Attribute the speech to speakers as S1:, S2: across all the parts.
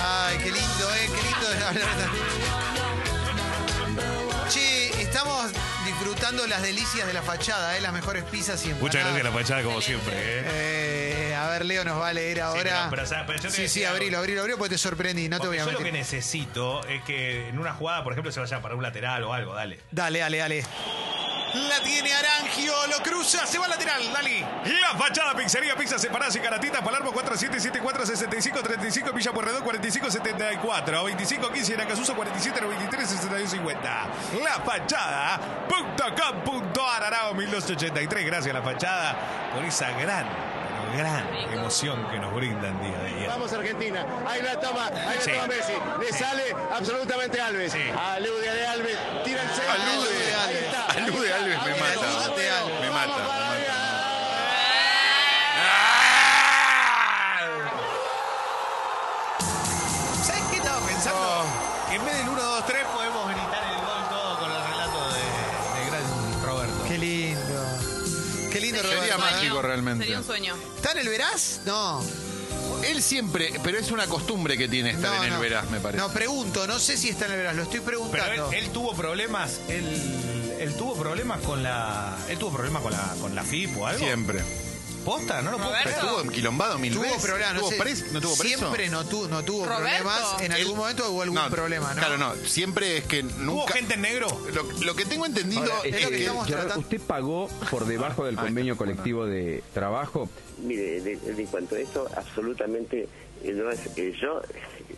S1: Ay, qué lindo, eh, qué lindo es hablar. Che, estamos disfrutando las delicias de la fachada, eh, las mejores pizzas y
S2: Muchas
S1: empanadas.
S2: gracias, la fachada, como siempre. ¿eh?
S1: Eh, a ver, Leo nos va a leer ahora.
S3: no, pero, o sea, pero yo te
S1: sí,
S3: decía
S1: sí,
S3: algo.
S1: abrilo, abrilo, abrilo, porque te sorprendí, no te
S3: Porque
S1: voy a
S3: yo lo
S1: mentir.
S3: que necesito es que en una jugada, por ejemplo, se vaya para un lateral o algo, dale.
S1: Dale, dale, dale. La tiene Arangio, lo cruza, se va al lateral, dale.
S2: La fachada, pizzería, pizza, separadas y caratitas, Palermo 4774-6535, Villa Puerredón 4574, 2515, Nacasuso 4793-6150. La fachada.com.ar, Arao 1283. Gracias, la fachada, por esa gran, pero gran emoción que nos brindan día a día.
S4: Vamos Argentina, ahí la toma, ahí la
S2: Sí.
S4: toma Messi, le sale absolutamente Alves,
S2: Sí.
S4: alude a Alves, tira el centro,
S1: Alude a
S4: ahí
S1: Alves.
S4: está,
S2: Alude a Alves, me
S4: ahí está,
S1: mata.
S4: alude a Alves.
S2: Me
S4: Vamos
S2: mata,
S4: para
S2: me
S4: arriba.
S3: ¿Sabes qué estaba pensando?
S1: Oh,
S3: Que en vez del 1-2-3 podemos gritar el gol todo con el relato de, de gran Roberto.
S1: Qué lindo. Qué lindo,
S5: Sería
S1: Roberto.
S5: un sueño,
S6: mágico realmente.
S5: Sería un sueño.
S1: ¿Está en el Verás? No.
S6: Él siempre, pero es una costumbre que tiene estar
S1: no,
S6: en el
S1: no.
S6: Verás, me parece.
S1: No, pregunto, no sé si está en el Verás, lo estoy
S3: Pero
S1: preguntando.
S3: él, él tuvo problemas, él, él tuvo problemas con la. Él tuvo problemas con la, con la FIP o algo.
S6: siempre.
S3: Posta, no lo puedo
S5: Roberto.
S3: creer.
S6: Estuvo enquilombado mil
S1: tuvo
S6: veces.
S1: problemas, no,
S6: ¿Tuvo
S1: sé,
S6: pres- ¿No tuvo preso?
S1: Siempre no, tu- no tuvo
S5: Roberto.
S1: problemas. En
S6: Él-
S1: algún momento hubo algún
S6: No,
S1: problema, ¿no?
S6: Claro, no. Siempre es que nunca.
S3: ¿Tuvo gente en negro?
S6: Lo, lo que tengo entendido
S7: Ahora,
S6: es,
S1: es lo
S6: que.
S1: que estamos
S7: Gerard,
S1: tratando-
S7: ¿Usted pagó por debajo del
S6: Ah,
S7: convenio
S6: está, bueno.
S7: colectivo de trabajo?
S8: Mire, de, de cuanto a eso, absolutamente eh, no es. eh, yo,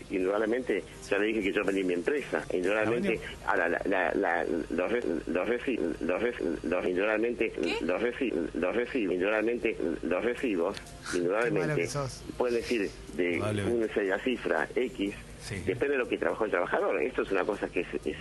S8: indudablemente, ya le dije que yo vendí mi empresa. Indudablemente,
S5: Ah,
S8: ahora, la, la, la- los, re- los recibos, los, re- los, indudablemente, los recibos, los recibos, indudablemente, los recibos,
S1: malo que
S8: indudablemente,
S1: sos.
S8: pueden decir de
S3: Vale.
S8: una seria cifra X.
S3: Sí.
S8: Depende de lo que trabajó el trabajador. Esto es una cosa que es, es-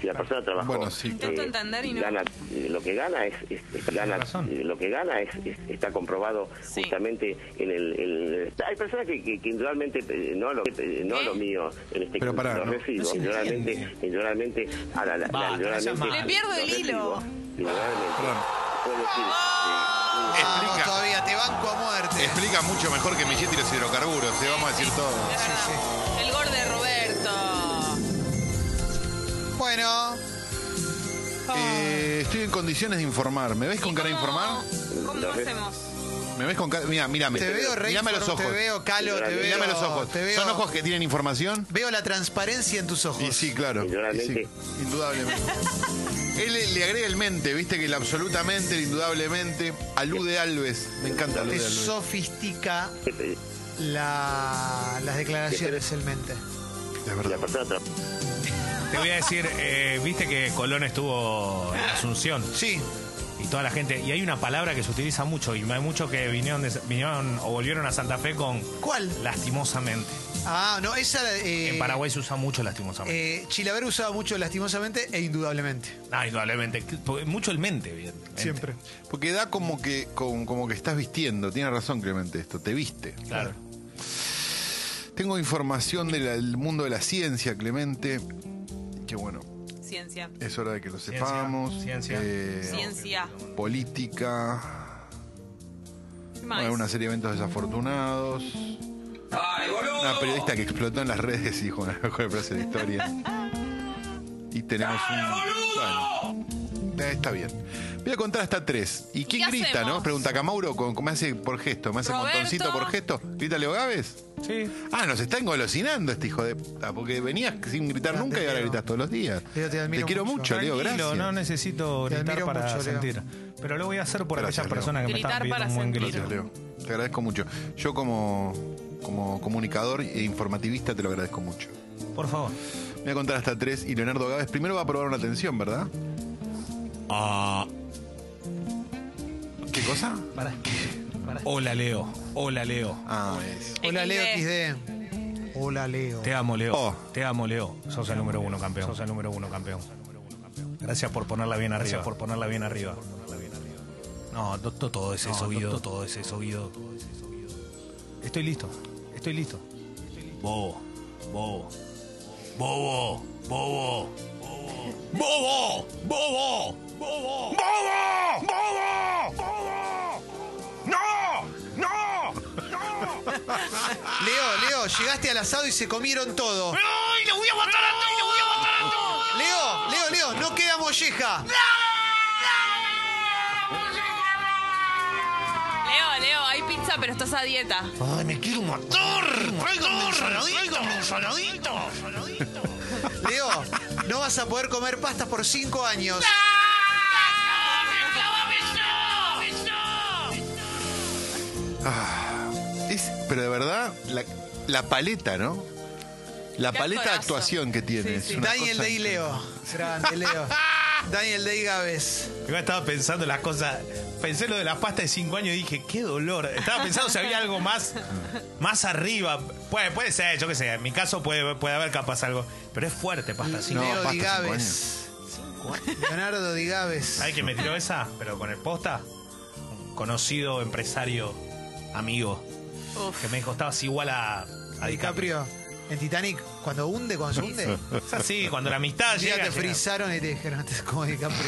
S8: si la persona trabajó,
S6: Bueno, sí,
S5: Intento entender y no.
S8: gana, eh, lo que gana es, es- es- gana-
S3: razón.
S8: eh, lo que gana es, es- está comprobado
S5: Sí.
S8: justamente en el, en el- hay personas que, que, que indudablemente eh, no lo eh, no
S5: ¿Eh?
S8: lo mío en este
S6: Pero
S8: caso,
S6: pará,
S8: los
S6: ¿no?
S8: recibos
S3: No se
S8: indudablemente
S3: entiende.
S8: indudablemente a la, la-
S3: Va,
S8: la-
S3: no
S8: indudablemente,
S3: seas malo.
S5: Le pierdo el
S8: los
S5: hilo.
S8: recibos, indudablemente,
S6: Perdón.
S8: puedo decir, eh, eh,
S1: Vamos
S6: Explica.
S1: Ah, todavía, te banco a muerte.
S6: Explica mucho mejor que Michetti y los hidrocarburos. Te vamos a decir todo.
S5: Es verdad. El gol de Roberto.
S1: Bueno, Ah.
S6: Eh, estoy en condiciones de informar. ¿Me ves con
S5: ¿Y
S6: cara de
S5: cómo-
S6: informar?
S5: ¿Cómo hacemos?
S6: ¿Me ves con cara? Mira, mírame.
S1: te veo rey.
S6: Mírame a los ojos.
S1: Te veo calo, te veo.
S6: Mírame a los ojos.
S1: Te veo,
S6: ¿Son ojos que tienen información?
S1: veo la transparencia en tus ojos.
S6: Y sí, claro.
S8: Indudablemente.
S6: Y sí, indudablemente. Él le, le agrega el mente, viste que el absolutamente, el indudablemente, alude Alves. Me encanta alude
S1: Te
S6: Alves.
S1: sofistica
S8: eh,
S1: la- las declaraciones, el mente.
S6: Es
S8: la
S6: verdad.
S8: persona tra-
S3: Te voy a decir, eh, viste que Colón estuvo en Asunción.
S1: Sí,
S3: y toda la gente. Y hay una palabra que se utiliza mucho, y hay muchos que vinieron, de- vinieron o volvieron a Santa Fe con
S1: ¿cuál?
S3: lastimosamente.
S1: Ah, no, esa. eh,
S3: en Paraguay se usa mucho lastimosamente.
S1: Eh, Chilaver usaba mucho lastimosamente e indudablemente.
S3: ah, indudablemente. Porque Mucho el mente, bien. Mente.
S6: Porque da como que, como, como que estás vistiendo. Tiene razón, Clemente, esto. Te viste.
S3: Claro.
S6: Tengo información del del mundo de la ciencia, Clemente. Que bueno,
S5: Ciencia.
S6: es hora de que lo
S3: Ciencia,
S6: sepamos.
S3: ciencia.
S6: Eh,
S5: Ciencia.
S6: Política.
S5: ¿Qué más?
S6: Bueno, una serie de eventos desafortunados. Una periodista que explotó en las redes y dijo una de las mejores frases de la historia. Y tenemos un. Bueno, eh, está bien. Voy a contar hasta tres. ¿Y quién
S5: ¿Qué
S6: grita,
S5: hacemos?
S6: no? Pregunta Camauro, con, me hace por gesto, me hace
S5: Roberto.
S6: montoncito por gesto. ¿Grita Leo Gávez?
S3: Sí.
S6: Ah, nos está engolosinando este hijo de puta, porque venías sin gritar
S1: Grande,
S6: nunca y ahora
S1: Leo.
S6: gritas todos los días.
S1: Leo, te admiro
S6: quiero
S1: mucho.
S6: mucho, Leo, gracias.
S3: no necesito
S1: Te
S3: gritar
S1: admiro
S3: para
S1: mucho, Leo.
S3: sentir. Pero lo voy a hacer por
S6: Gracias,
S3: aquellas
S6: Leo.
S3: personas que
S5: Gritar
S3: me
S5: para
S3: están pidiendo un buen
S5: sentir.
S3: grito.
S6: Gracias, Leo. Te agradezco mucho. Yo como, como comunicador e informativista te lo agradezco mucho.
S3: Por favor.
S6: Voy a contar hasta tres y Leonardo Gávez primero va a probar una atención, ¿verdad? Ah. ¿Qué cosa?
S3: Pará. Hola, Leo. Hola, Leo.
S6: Ah, es.
S1: Hola
S5: XD.
S1: Leo XD. Hola Leo.
S3: Te amo, Leo.
S6: Oh.
S3: Te amo, Leo. Sos el número uno, campeón. Sos el número uno, campeón. Gracias por ponerla bien arriba. Gracias por ponerla bien arriba. No, to- to- todo es eso, Guido. Todo es eso, Guido. Estoy listo. Estoy listo. Bobo. Bobo. Bobo. Bobo. Bobo. Bobo. Bobo. Bobo. Bobo. Bobo. No. No.
S1: Leo, Leo, llegaste al asado y se comieron todo.
S2: ¡Ay, lo voy a matar a todos! ¡Lo voy a matar a todos!
S1: Leo, Leo, Leo, no queda molleja.
S5: Leo, Leo, hay pizza, pero estás a dieta.
S2: ¡Ay, me quiero matar! ¡Tráigame un saladito! ¡Un saladito!
S1: Leo, no vas a poder comer pasta por cinco años.
S6: Es, pero de verdad, la, la paleta, ¿no? La
S5: Qué
S6: paleta de
S5: actorazo.
S6: actuación que tiene.
S5: Sí, sí.
S6: es una
S1: Daniel
S6: cosa
S1: Day
S6: increíble.
S1: Leo. Grande, Leo. Daniel Day Gávez.
S3: Yo estaba pensando las cosas. Pensé lo de la pasta de 5 años y dije, qué dolor. Estaba pensando si había algo más, más arriba. Puede, puede ser, yo qué sé. En mi caso puede, puede haber capaz algo. Pero es fuerte pasta
S6: No,
S3: 5 años.
S1: Leo
S6: basta,
S1: Di
S6: cinco
S1: Gávez. Leonardo Di Gávez.
S3: ¿Sabes quién me tiró esa? Pero con el posta. Un conocido empresario, amigo. Que me dijo, estabas igual a, a DiCaprio.
S1: DiCaprio. En Titanic, cuando hunde, cuando se hunde.
S3: Es así, cuando la amistad
S1: Un día
S3: llega.
S1: te
S3: llega.
S1: frizaron y te dijeron, "Este es como DiCaprio.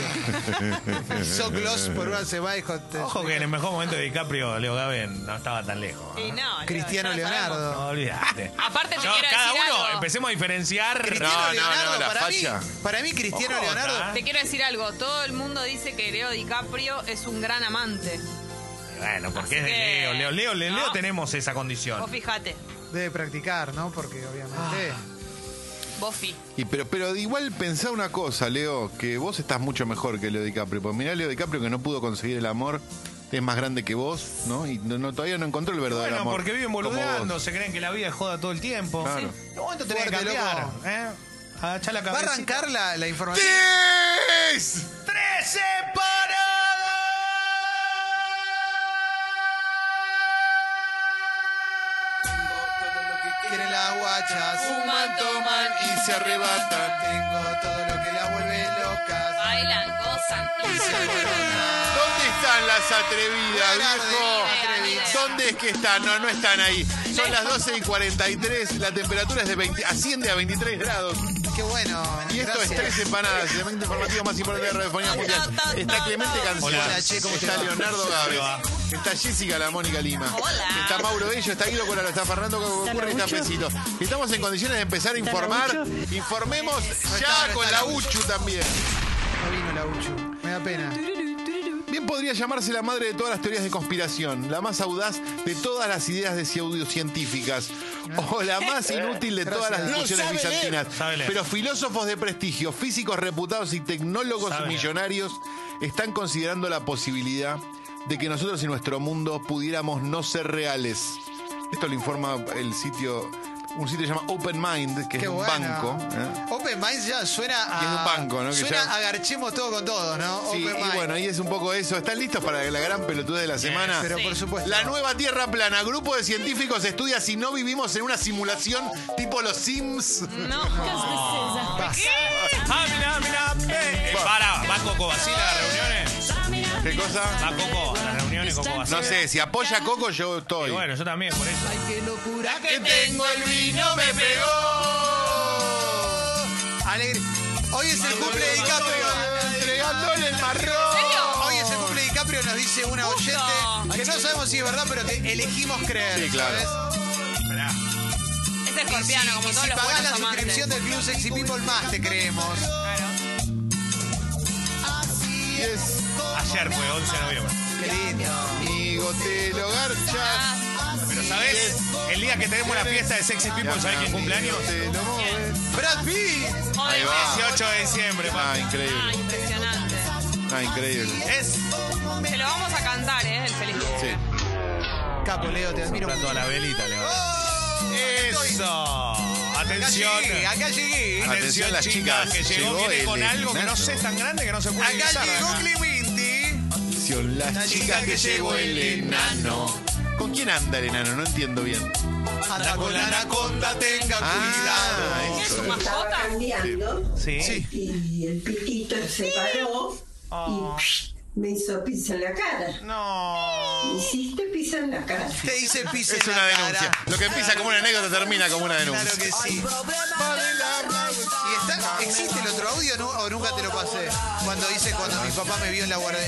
S1: Hizo gloss por una se va, hijo. te-
S3: Ojo que en el mejor momento de DiCaprio, Leo Gaben no estaba tan lejos.
S5: Y
S3: ¿eh?
S5: no, Leo,
S1: Cristiano
S5: ya lo sabemos.
S1: Leonardo.
S3: No olvidaste.
S5: Aparte te quiero
S3: cada
S5: decir
S3: uno
S5: algo.
S3: empecemos a diferenciar.
S1: Cristiano
S6: No, no,
S1: Leonardo,
S6: no, la
S1: para, mí,
S6: facha.
S1: para mí, Cristiano
S3: Ojo,
S1: Leonardo.
S3: ¿ah?
S5: Te quiero decir algo. Todo el mundo dice que Leo DiCaprio es un gran amante.
S3: Bueno, porque
S5: Así
S3: es de
S5: que-
S3: Leo. Leo, Leo, Leo, Leo
S5: No.
S3: tenemos esa condición.
S5: Vos fijate.
S1: Debe practicar, ¿no? Porque
S6: Ah.
S1: obviamente.
S5: Vos fi.
S6: Y pero, pero igual pensá una cosa, Leo, que vos estás mucho mejor que Leo DiCaprio. Pues mirá a Leo DiCaprio que no pudo conseguir el amor, es más grande que vos, ¿no? Y no, no- todavía no encontró el verdadero
S3: Bueno,
S6: amor.
S3: porque viven
S6: como
S3: boludeando,
S6: vos.
S3: se creen que la vida es joda todo el tiempo.
S6: Claro.
S3: Sí. En un momento tenés que
S1: Fuerte,
S3: cambiar.
S1: loco.
S3: ¿eh? Agachá la
S1: ¿Va a
S3: cabeza.
S1: arrancar la, la información?
S6: ¡Tres!
S3: ¡Trece
S1: Quieren las guachas.
S6: Fuman, toman y se arrebatan.
S1: Tengo todo lo que la vuelve loca.
S5: Bailan, gozan y se alborotan.
S6: ¿Dónde están las atrevidas,
S1: Buenas tardes,
S6: viejo?
S5: atrevidas.
S6: ¿Dónde es que están? No, no están ahí. Son las 12 y 43, la temperatura es de 20, asciende a 23 grados.
S1: Qué bueno.
S6: Y esto
S1: gracias.
S6: es Tres Empanadas, el evento informativo más importante de la radiofonía mundial. Está Clemente Cancela,
S1: Hola, che, ¿cómo te
S6: está
S1: va?
S6: Leonardo Gávez, está Jessica La Mónica Lima,
S5: Hola.
S6: está Mauro Bello, está Guido Colaro, está Fernando Cocurri, está Pesito. Estamos en condiciones de empezar a informar. Informemos ya con la Uchu también.
S1: No vino la Uchu. Me da pena.
S6: Bien podría llamarse la madre de todas las teorías de conspiración, la más audaz de todas las ideas de pseudocientíficas, o la más inútil de todas las discusiones bizantinas.
S3: Sabe leer.
S6: Pero filósofos de prestigio, físicos reputados y tecnólogos
S3: Sabe
S6: y
S3: leer.
S6: millonarios están considerando la posibilidad de que nosotros y nuestro mundo pudiéramos no ser reales. Esto lo informa el sitio, un sitio que se llama Open Mind, que
S1: Qué
S6: es un
S1: bueno.
S6: banco. ¿eh?
S1: Open Minds ya suena a.
S6: Y es un banco, ¿no? Que
S1: Suena
S6: ya-
S1: a garchemos todo con todo, ¿no?
S6: Sí,
S1: Open
S6: y
S1: Minds.
S6: bueno, y es un poco eso. ¿Están listos para la gran pelotudez de la semana?
S1: Pero por supuesto.
S6: Pues La nueva Tierra plana. Grupo de científicos estudia si no vivimos en una simulación tipo los Sims.
S5: No.
S3: Ah, Para, Eh, va Coco, vacila las reuniones.
S6: ¿Qué cosa?
S3: Va Coco, a las reuniones Coco vacila.
S6: No sé, si apoya Coco yo estoy.
S3: Y bueno, yo también, por eso.
S6: que tengo el vino me pegó.
S1: Alegre. Hoy es el cumple de DiCaprio.
S6: Entregándole el marrón.
S1: Hoy es el cumple de DiCaprio, nos dice una
S5: Justo.
S1: oyente. Que no sabemos si es verdad, pero que elegimos creer.
S6: Sí, claro.
S1: ¿sabes?
S3: Esperá.
S5: Es escorpiano, como
S1: Y
S5: todos
S1: si
S5: los
S1: pagás
S5: buenos
S1: la
S5: amantes.
S1: suscripción del Club Sexy People, más te creemos.
S6: Y es
S3: Ayer fue 11 de noviembre.
S1: Qué lindo.
S6: amigo, te lo garchas.
S3: Pero ¿sabés? El día que tenemos la fiesta de Sexy People, ¿sabés quién cumpleaños?
S6: Te lo mueves.
S1: Brad Pitt.
S5: Hoy
S6: Ahí va.
S3: 18 de diciembre, pa.
S6: Ah,
S5: Ah,
S6: increíble.
S5: impresionante.
S6: Ah, increíble.
S3: Es
S5: Se lo vamos a cantar, ¿eh? El feliz
S6: Sí.
S5: cumple.
S1: Capo, Leo, te admiro.
S3: Sopla toda la velita, Leo.
S1: ¡Oh!
S3: Eso.
S1: Acá
S3: Atención.
S1: llegué, acá llegué.
S6: Atención,
S3: Atención,
S6: las
S3: chicas, que
S6: chicas.
S3: llegó,
S6: Llegó
S3: viene
S6: el
S3: con algo que no
S6: Ignacio.
S3: sé es tan grande que no se puede
S1: Acá
S3: utilizar,
S1: llegó
S3: acá.
S1: Clemente.
S6: Atención, la chica que llegó el enano. ¿Con quién anda el enano? No entiendo bien.
S1: Anda con la anaconda, tenga cuidado.
S6: Ah,
S5: ¿Tiene
S6: eso
S5: su
S6: es.
S9: Estaba
S5: mascota?
S9: cambiando
S3: Sí.
S1: Sí.
S9: y el pitito se paró y psh, me hizo pis en la cara.
S3: No.
S9: Me hiciste pis en la cara.
S1: Te dice piso
S6: Es
S1: en
S6: una
S1: la
S6: denuncia.
S1: cara.
S6: Lo que empieza como una anécdota termina como una
S1: Claro
S6: denuncia.
S1: que sí.
S6: Vale la
S1: Y está, existe el otro audio ¿no? o nunca te lo pasé. Cuando dice cuando mi papá me vio en la guardia.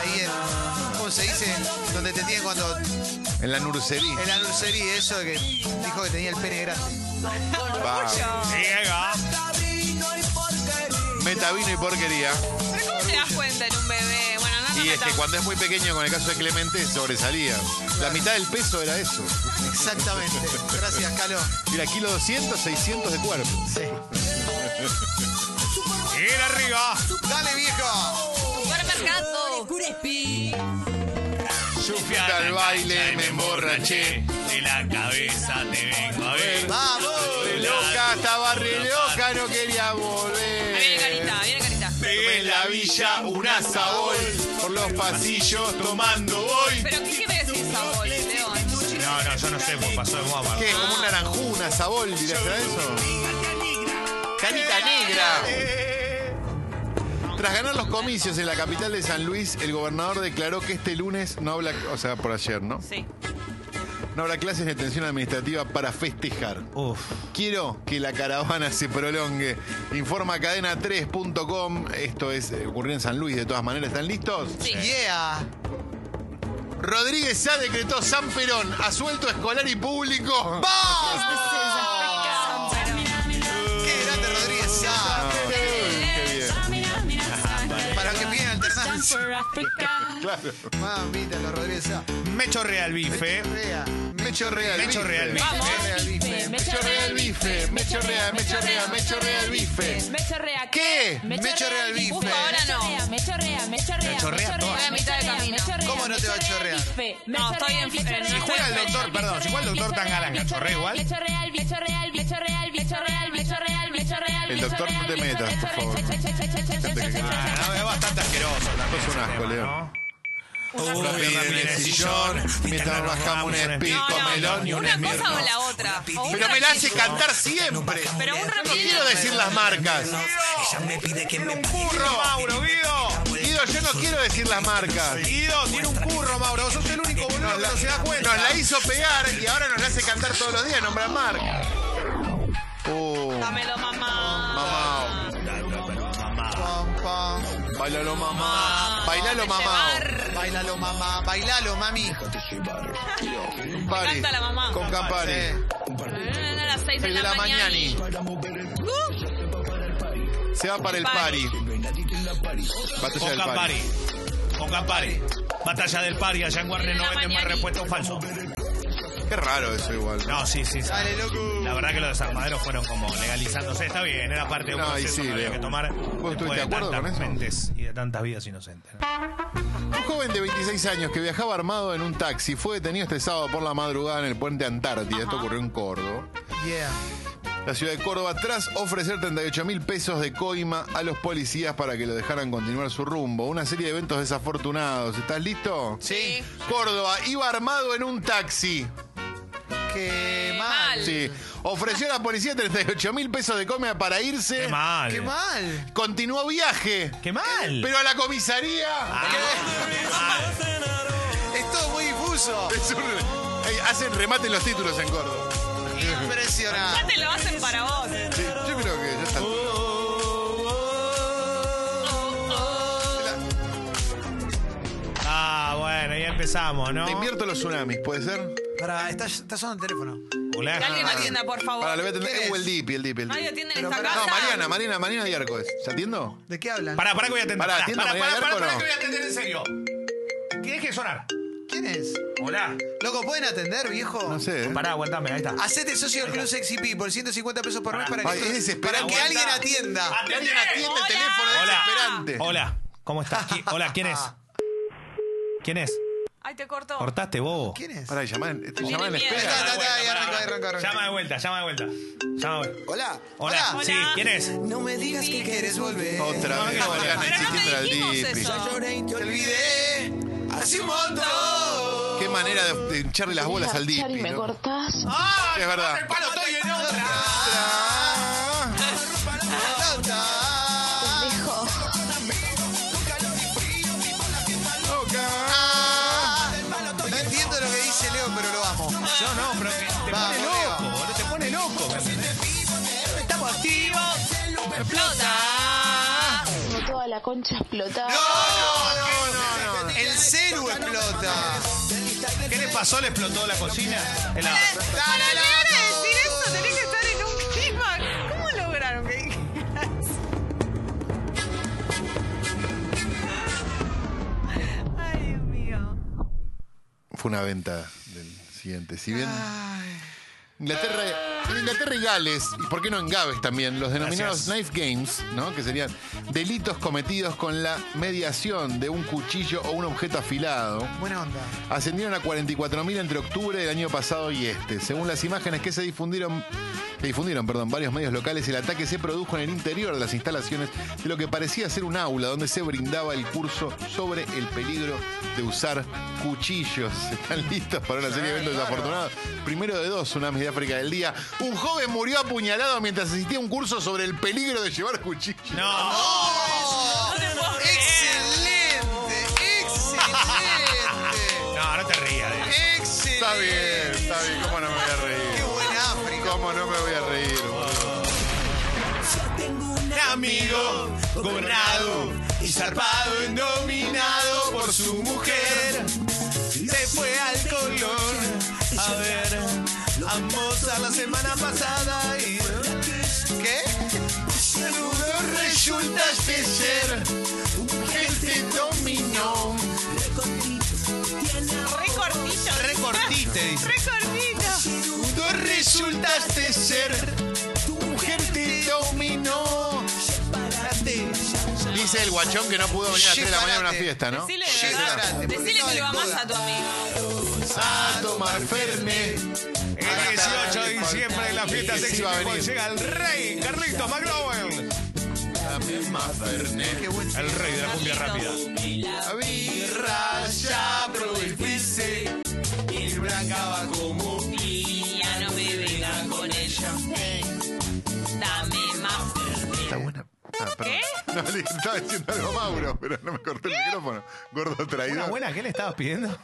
S1: ahí en. ¿Cómo se dice? Donde te tienen cuando.
S6: En la nursería.
S1: En la nursería, eso que dijo que tenía el pene grande.
S6: Va.
S3: Ciega.
S6: Meta vino y porquería.
S5: ¿Pero cómo te das cuenta en un bebé? Bueno, no nos
S6: Y es que
S5: metamos.
S6: cuando es muy pequeño, con el caso de Clemente, sobresalía. La mitad del peso era eso.
S1: Exactamente. Gracias, Calo.
S6: Mira, kilo 200, 600 de cuerpo.
S3: Mira arriba.
S1: Dale, viejo.
S5: Supermercado.
S6: Yo fui al baile, me emborraché.
S3: De la cabeza te vengo a ver.
S1: Vamos.
S6: Loca, estaba re loca, no quería volver.
S5: Ahí viene Carita, ahí viene Carita.
S6: Pegué en la villa un asabol. Por los pasillos tomando hoy.
S5: ¿Pero qué quiere decir sabor, León?
S3: No, no, yo no sé, pues pasó de moda. Marco.
S6: ¿Qué? ¿Como un naranjú, un asabol? ¿Dirás será eso? Canita negra. Tras ganar los comicios en la capital de San Luis, el gobernador declaró que este lunes no habrá, o sea, por ayer, ¿no?
S5: Sí.
S6: No habrá clases de atención administrativa para festejar.
S10: Uf.
S6: Quiero que la caravana se prolongue. Informa cadena3.com. Esto es eh, ocurrió en San Luis, de todas maneras. ¿Están listos?
S5: Sí.
S1: Yeah.
S6: Rodríguez Sá decretó San Perón, asuelto escolar y público.
S1: ¡Vamos! ¡Qué grande Rodríguez Sá!
S6: Qué bien.
S1: Para los que piden alternancia. Mamita, los Rodríguez Sá.
S3: Mecho Real Bife.
S1: Rea.
S6: Me chorrea el
S3: Me chorrea el
S6: bife.
S1: Rea, bife.
S3: bife.
S6: Me chorrea el bife. Me chorrea, me chorrea, me chorrea el bife.
S9: Me chorrea,
S1: ¿Qué? Me chorrea el bife.
S5: Justo ahora no.
S9: me chorrea, me chorrea,
S3: Me chorrea todo.
S5: Estoy a mitad de camino.
S1: ¿Cómo no te va a chorrear?
S5: No, estoy en en-
S3: Si juega el doctor, perdón, si juega el doctor Tangaranga, ¿chorrea igual?
S9: chorrea, me chorrea, me chorrea, me chorrea, me chorrea, me chorrea,
S6: El doctor, no te metas, por favor.
S3: Ah, no, es bastante asqueroso. también
S6: Es un
S3: ese
S6: asco,
S3: tema,
S6: Leo.
S3: ¿no?
S6: Una
S3: Uy,
S6: pierna
S3: en el sillón,
S6: mientras nos bajamos un
S3: espejo.
S5: No,
S6: pico, melón y
S5: no.
S6: un
S5: Una cosa o
S6: esmirno.
S5: la otra. O un
S6: Pero me la hace
S5: ratito.
S6: cantar siempre.
S5: Pero un
S6: No
S5: ratito.
S6: quiero decir las marcas.
S3: Curro, Mauro, Guido.
S6: Guido, yo no quiero decir las marcas.
S3: Guido, tiene un curro, Mauro. Vos sos el único boludo que no se da cuenta.
S6: Nos la hizo pegar y ahora nos la hace cantar todos los días, nombrar marcas. Oh,
S5: Dámelo, mamá.
S6: mamá.
S1: Pam, pam.
S6: Bailalo, mamá. Bailalo, mamá.
S5: Llevar.
S1: Bailalo, mamá. Bailalo, mami.
S6: Campari.
S5: Canta la mamá.
S6: Con Campari.
S1: Eh,
S5: A las 6 de
S6: Seis de
S5: la,
S6: la
S5: mañana.
S6: mañani. Se va para el pari. Batalla
S3: Con
S6: del pari.
S3: Campari. Con Campari. Batalla del Pari, allá en Guarne no
S5: La
S3: venden más
S5: mañana.
S3: repuestos falsos.
S6: Qué raro eso igual.
S3: No, sí, sí. sí.
S1: Dale, loco.
S3: La verdad que los desarmaderos fueron como legalizándose. Está bien, era parte de un
S6: No, y
S3: proceso
S6: sí,
S3: que había
S6: Leo.
S3: que tomar.
S6: ¿Vos
S3: después
S6: estuviste de acuerdo
S3: tantas
S6: con eso?
S3: mentes y de tantas vidas inocentes. ¿no?
S6: Un joven de 26 años que viajaba armado en un taxi fue detenido este sábado por la madrugada en el puente Antártida. Esto ocurrió en Córdoba.
S1: Yeah.
S6: La ciudad de Córdoba, tras ofrecer 38 mil pesos de coima a los policías para que lo dejaran continuar su rumbo. Una serie de eventos desafortunados. ¿Estás listo?
S1: Sí.
S6: Córdoba iba armado en un taxi.
S1: Qué mal.
S5: mal.
S6: Sí. Ofreció a la policía 38 mil pesos de coima para irse.
S3: Qué mal.
S1: Qué mal.
S6: Continuó viaje.
S3: Qué mal.
S6: Pero a la comisaría.
S1: Es todo muy difuso.
S6: Es un- Ey, hacen remate en los títulos en Córdoba.
S5: Ya
S1: Impresionante.
S5: te lo hacen para vos.
S6: Sí, yo creo que ya está.
S3: Ah, bueno, ya empezamos, ¿no?
S6: Te invierto los tsunamis, ¿puede ser?
S1: Pará, está, está sonando el teléfono.
S3: Hola.
S5: Que alguien atienda, por favor.
S6: Para, le voy a atender.
S1: ¿Quién
S6: Eh,
S1: es?
S6: o el Dipi, el Dipi, el
S5: Nadie
S6: Dipi.
S5: atiende en esta
S1: Pero pará,
S5: casa.
S6: No, Mariana, Mariana, Mariana Diarco es. ¿Se atiendo?
S1: ¿De qué hablan?
S3: Pará, pará que voy a atender.
S6: Pará, ¿atiende
S3: pará,
S6: María
S3: pará,
S6: Garco
S3: pará,
S6: o no?
S3: que voy a atender en serio. ¿Qué deje sonar?
S1: ¿Quién es?
S3: Hola.
S1: Loco, ¿pueden atender, viejo?
S6: No sé. ¿eh?
S3: Pará, aguantame, ahí está.
S1: Hacete socio del Club Sexy P por 150 pesos por mes para que,
S6: Ay, es desesperante.
S1: para que
S3: Aguanta.
S1: alguien atienda.
S3: Atendé.
S6: Alguien atiende el teléfono es
S3: Hola.
S6: desesperante.
S3: Hola, ¿cómo estás? ¿Qui- Hola, ¿quién es? ¿Quién es?
S5: Ay, te cortó.
S3: Cortaste, bobo.
S1: ¿Quién es?
S6: Pará, llamá, en- te
S5: Tiene
S6: llamá en la
S1: Está,
S5: miedo.
S6: espera.
S1: está, está, ahí
S3: Pará,
S1: arranca,
S3: pará.
S1: arranca, arranca.
S3: Llama de vuelta, llama de vuelta. Llama de vuelta.
S1: Hola,
S3: Hola, sí,
S5: Hola.
S3: ¿quién es?
S1: No me digas que quieres volver.
S6: Otra vez, Mariana,
S5: Pero no
S6: insistiendo
S5: te
S6: al
S5: dijimos
S6: Dipi.
S5: eso.
S1: Lloré y te olvidé. Hace un montón.
S6: Qué manera de de hincharle las bolas al Dipi. ¿no?
S9: cortás?
S3: ¡Ah!
S6: Es verdad.
S3: el palo, estoy en otra!
S1: No entiendo lo que dice Leo, pero lo amo.
S3: No, no, pero que te
S1: Vamos,
S3: pone
S1: Leo.
S3: loco, boludo, te pone loco. ¿me entendés?
S1: Estamos cuerpo activo explota.
S11: Como toda la concha explotada.
S1: No, no, no, no. El celu explota.
S3: ¿Qué le pasó? ¿Le explotó la cocina? El-
S5: Para lograr decir eso tenés que estar en un clima. ¿Cómo lograron que dijeras? Ay, Dios mío.
S6: Fue una venta del siguiente. Si bien. Inglaterra, en Inglaterra y Gales, y por qué no en Gaves también, los denominados knife games, ¿no? que serían delitos cometidos con la mediación de un cuchillo o un objeto afilado,
S1: Buena onda.
S6: ascendieron a 44.000 entre octubre del año pasado y este. Según las imágenes que se difundieron, que difundieron perdón, varios medios locales, el ataque se produjo en el interior de las instalaciones de lo que parecía ser un aula donde se brindaba el curso sobre el peligro de usar cuchillos. ¿Están listos para una serie de eventos desafortunados? Primero de dos, una de África del día. Un joven murió apuñalado mientras asistía a un curso sobre el peligro de llevar cuchillos.
S1: ¡Oh! ¡Excelente! ¡Excelente!
S3: No, no te rías. de eso.
S1: ¡Excelente!
S6: Está bien, está bien, ¿cómo no me voy a
S1: ¡Qué
S6: reír?
S1: buena África!
S6: ¿Cómo no me voy a reír?
S2: amigo gobernado y zarpado y dominado por su mujer. Se fue al color. A ver, vamos a la semana pasada y.
S1: ¿Qué?
S2: Pero resultaste ser un te dominó.
S5: Re cortito.
S1: Re cortito, dice.
S5: Re cortito.
S2: Tú resultaste ser tu mujer te dominó.
S6: Dice el guachón que no pudo venir a las 3 de la mañana a una fiesta, ¿no?
S5: Decile,
S1: Sí,
S5: de verdad.
S1: grande, porque
S5: Decile
S1: no
S5: que lo
S1: de
S5: amás
S1: joda.
S5: a tu amigo.
S6: A tomar Fernet.
S2: El 18 de diciembre en la fiesta sexy llega el rey Carlitos McLowen.
S1: ¡Qué buen
S2: El rey de la cumbia rápida.
S1: birra ya prohibiste y blancaba como
S5: Ya no me venga con ella. Dame más.
S6: Está buena. Ah, perdón.
S5: ¿Qué?
S6: No, le estaba diciendo algo a Mauro, pero no me corté el micrófono. Gordo
S3: ¿Una
S6: traidor.
S3: buena? ¿Qué le estabas pidiendo?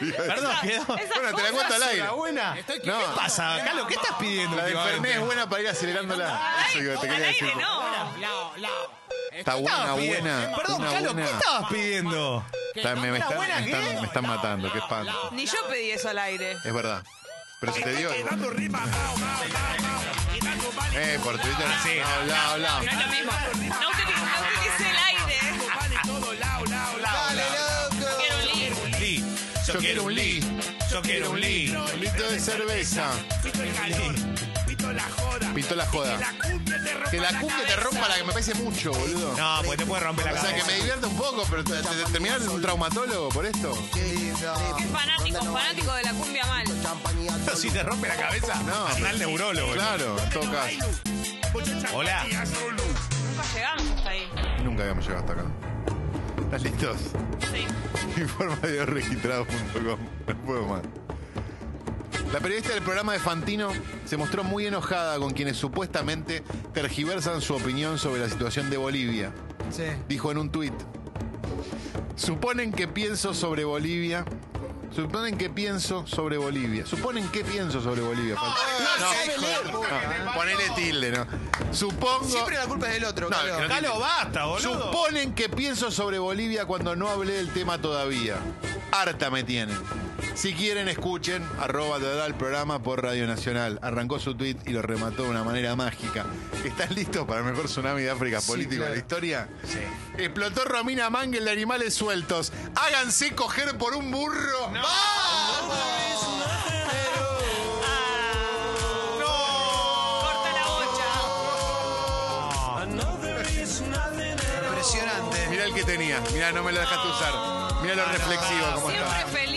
S3: Perdón, quedó.
S6: Bueno, te la cuento al aire.
S3: ¿Una buena?
S6: No,
S3: ¿Qué pasa, Carlos? ¿Qué estás pidiendo?
S6: la de Fernet es buena para ir acelerándola. Eso
S5: Ay,
S6: iba- te
S5: al
S6: quería decir.
S5: aire no.
S6: Está buena, buena.
S3: Perdón,
S6: una
S3: Carlos,
S6: buena.
S3: ¿qué estabas pidiendo?
S6: Está- me, me
S3: ¿Una
S6: están,
S3: buena
S6: me, están,
S3: qué?
S6: me están matando, qué espanto.
S5: Ni yo pedí eso al aire.
S6: Es verdad. Pero si te digo. Eh, por Twitter.
S3: sí.
S6: Habla, habla.
S5: No es lo mismo. No utilicé, no utilicé el aire.
S6: Dale, loco.
S5: Quiero un libro.
S3: Lee.
S6: Yo quiero un Lee.
S3: Yo quiero un Lee.
S6: Un litro de cerveza. Pito la joda. Que la cumbia te rompa la que me parece mucho, boludo.
S3: No, pues te puede romper la
S6: O sea, que
S3: cabeza.
S6: me divierte un poco, pero te, te- terminar un traumatólogo por esto.
S1: lindo.
S5: Qué fanático, fanático de la cumbia mal.
S3: Si te rompe la cabeza,
S6: No,
S3: anda al neurólogo.
S6: Claro, en todo caso.
S3: Hola.
S5: Nunca llegamos hasta ahí.
S6: Nunca habíamos llegado hasta acá. ¿Estás listos?
S5: Sí.
S6: Informa de registrado.com. No puedo más. La periodista del programa de Fantino se mostró muy enojada con quienes supuestamente tergiversan su opinión sobre la situación de Bolivia.
S1: Sí.
S6: dijo en un tuit. Suponen que pienso sobre Bolivia. Suponen que pienso sobre Bolivia. Suponen que pienso sobre Bolivia.
S1: No,
S6: No, ponele tilde, ¿no? Supongo.
S1: Siempre la culpa es del otro,
S6: No,
S1: Calo.
S6: que no-
S3: Carlos, basta, boludo.
S6: Suponen que pienso sobre Bolivia cuando no hablé del tema todavía. Harta me tienen. Si quieren, escuchen, arroba dará el programa por Radio Nacional. Arrancó su tweet y lo remató de una manera mágica. ¿Están listos para el mejor tsunami de África político de la historia? Sí. Explotó Romina Mangel de animales sueltos. Háganse coger por un burro.
S5: Corta la bocha.
S1: Impresionante.
S6: Mirá el que tenía. Mirá, no me lo dejaste usar. Mirá lo reflexivo como
S5: Siempre
S6: está.
S5: feliz.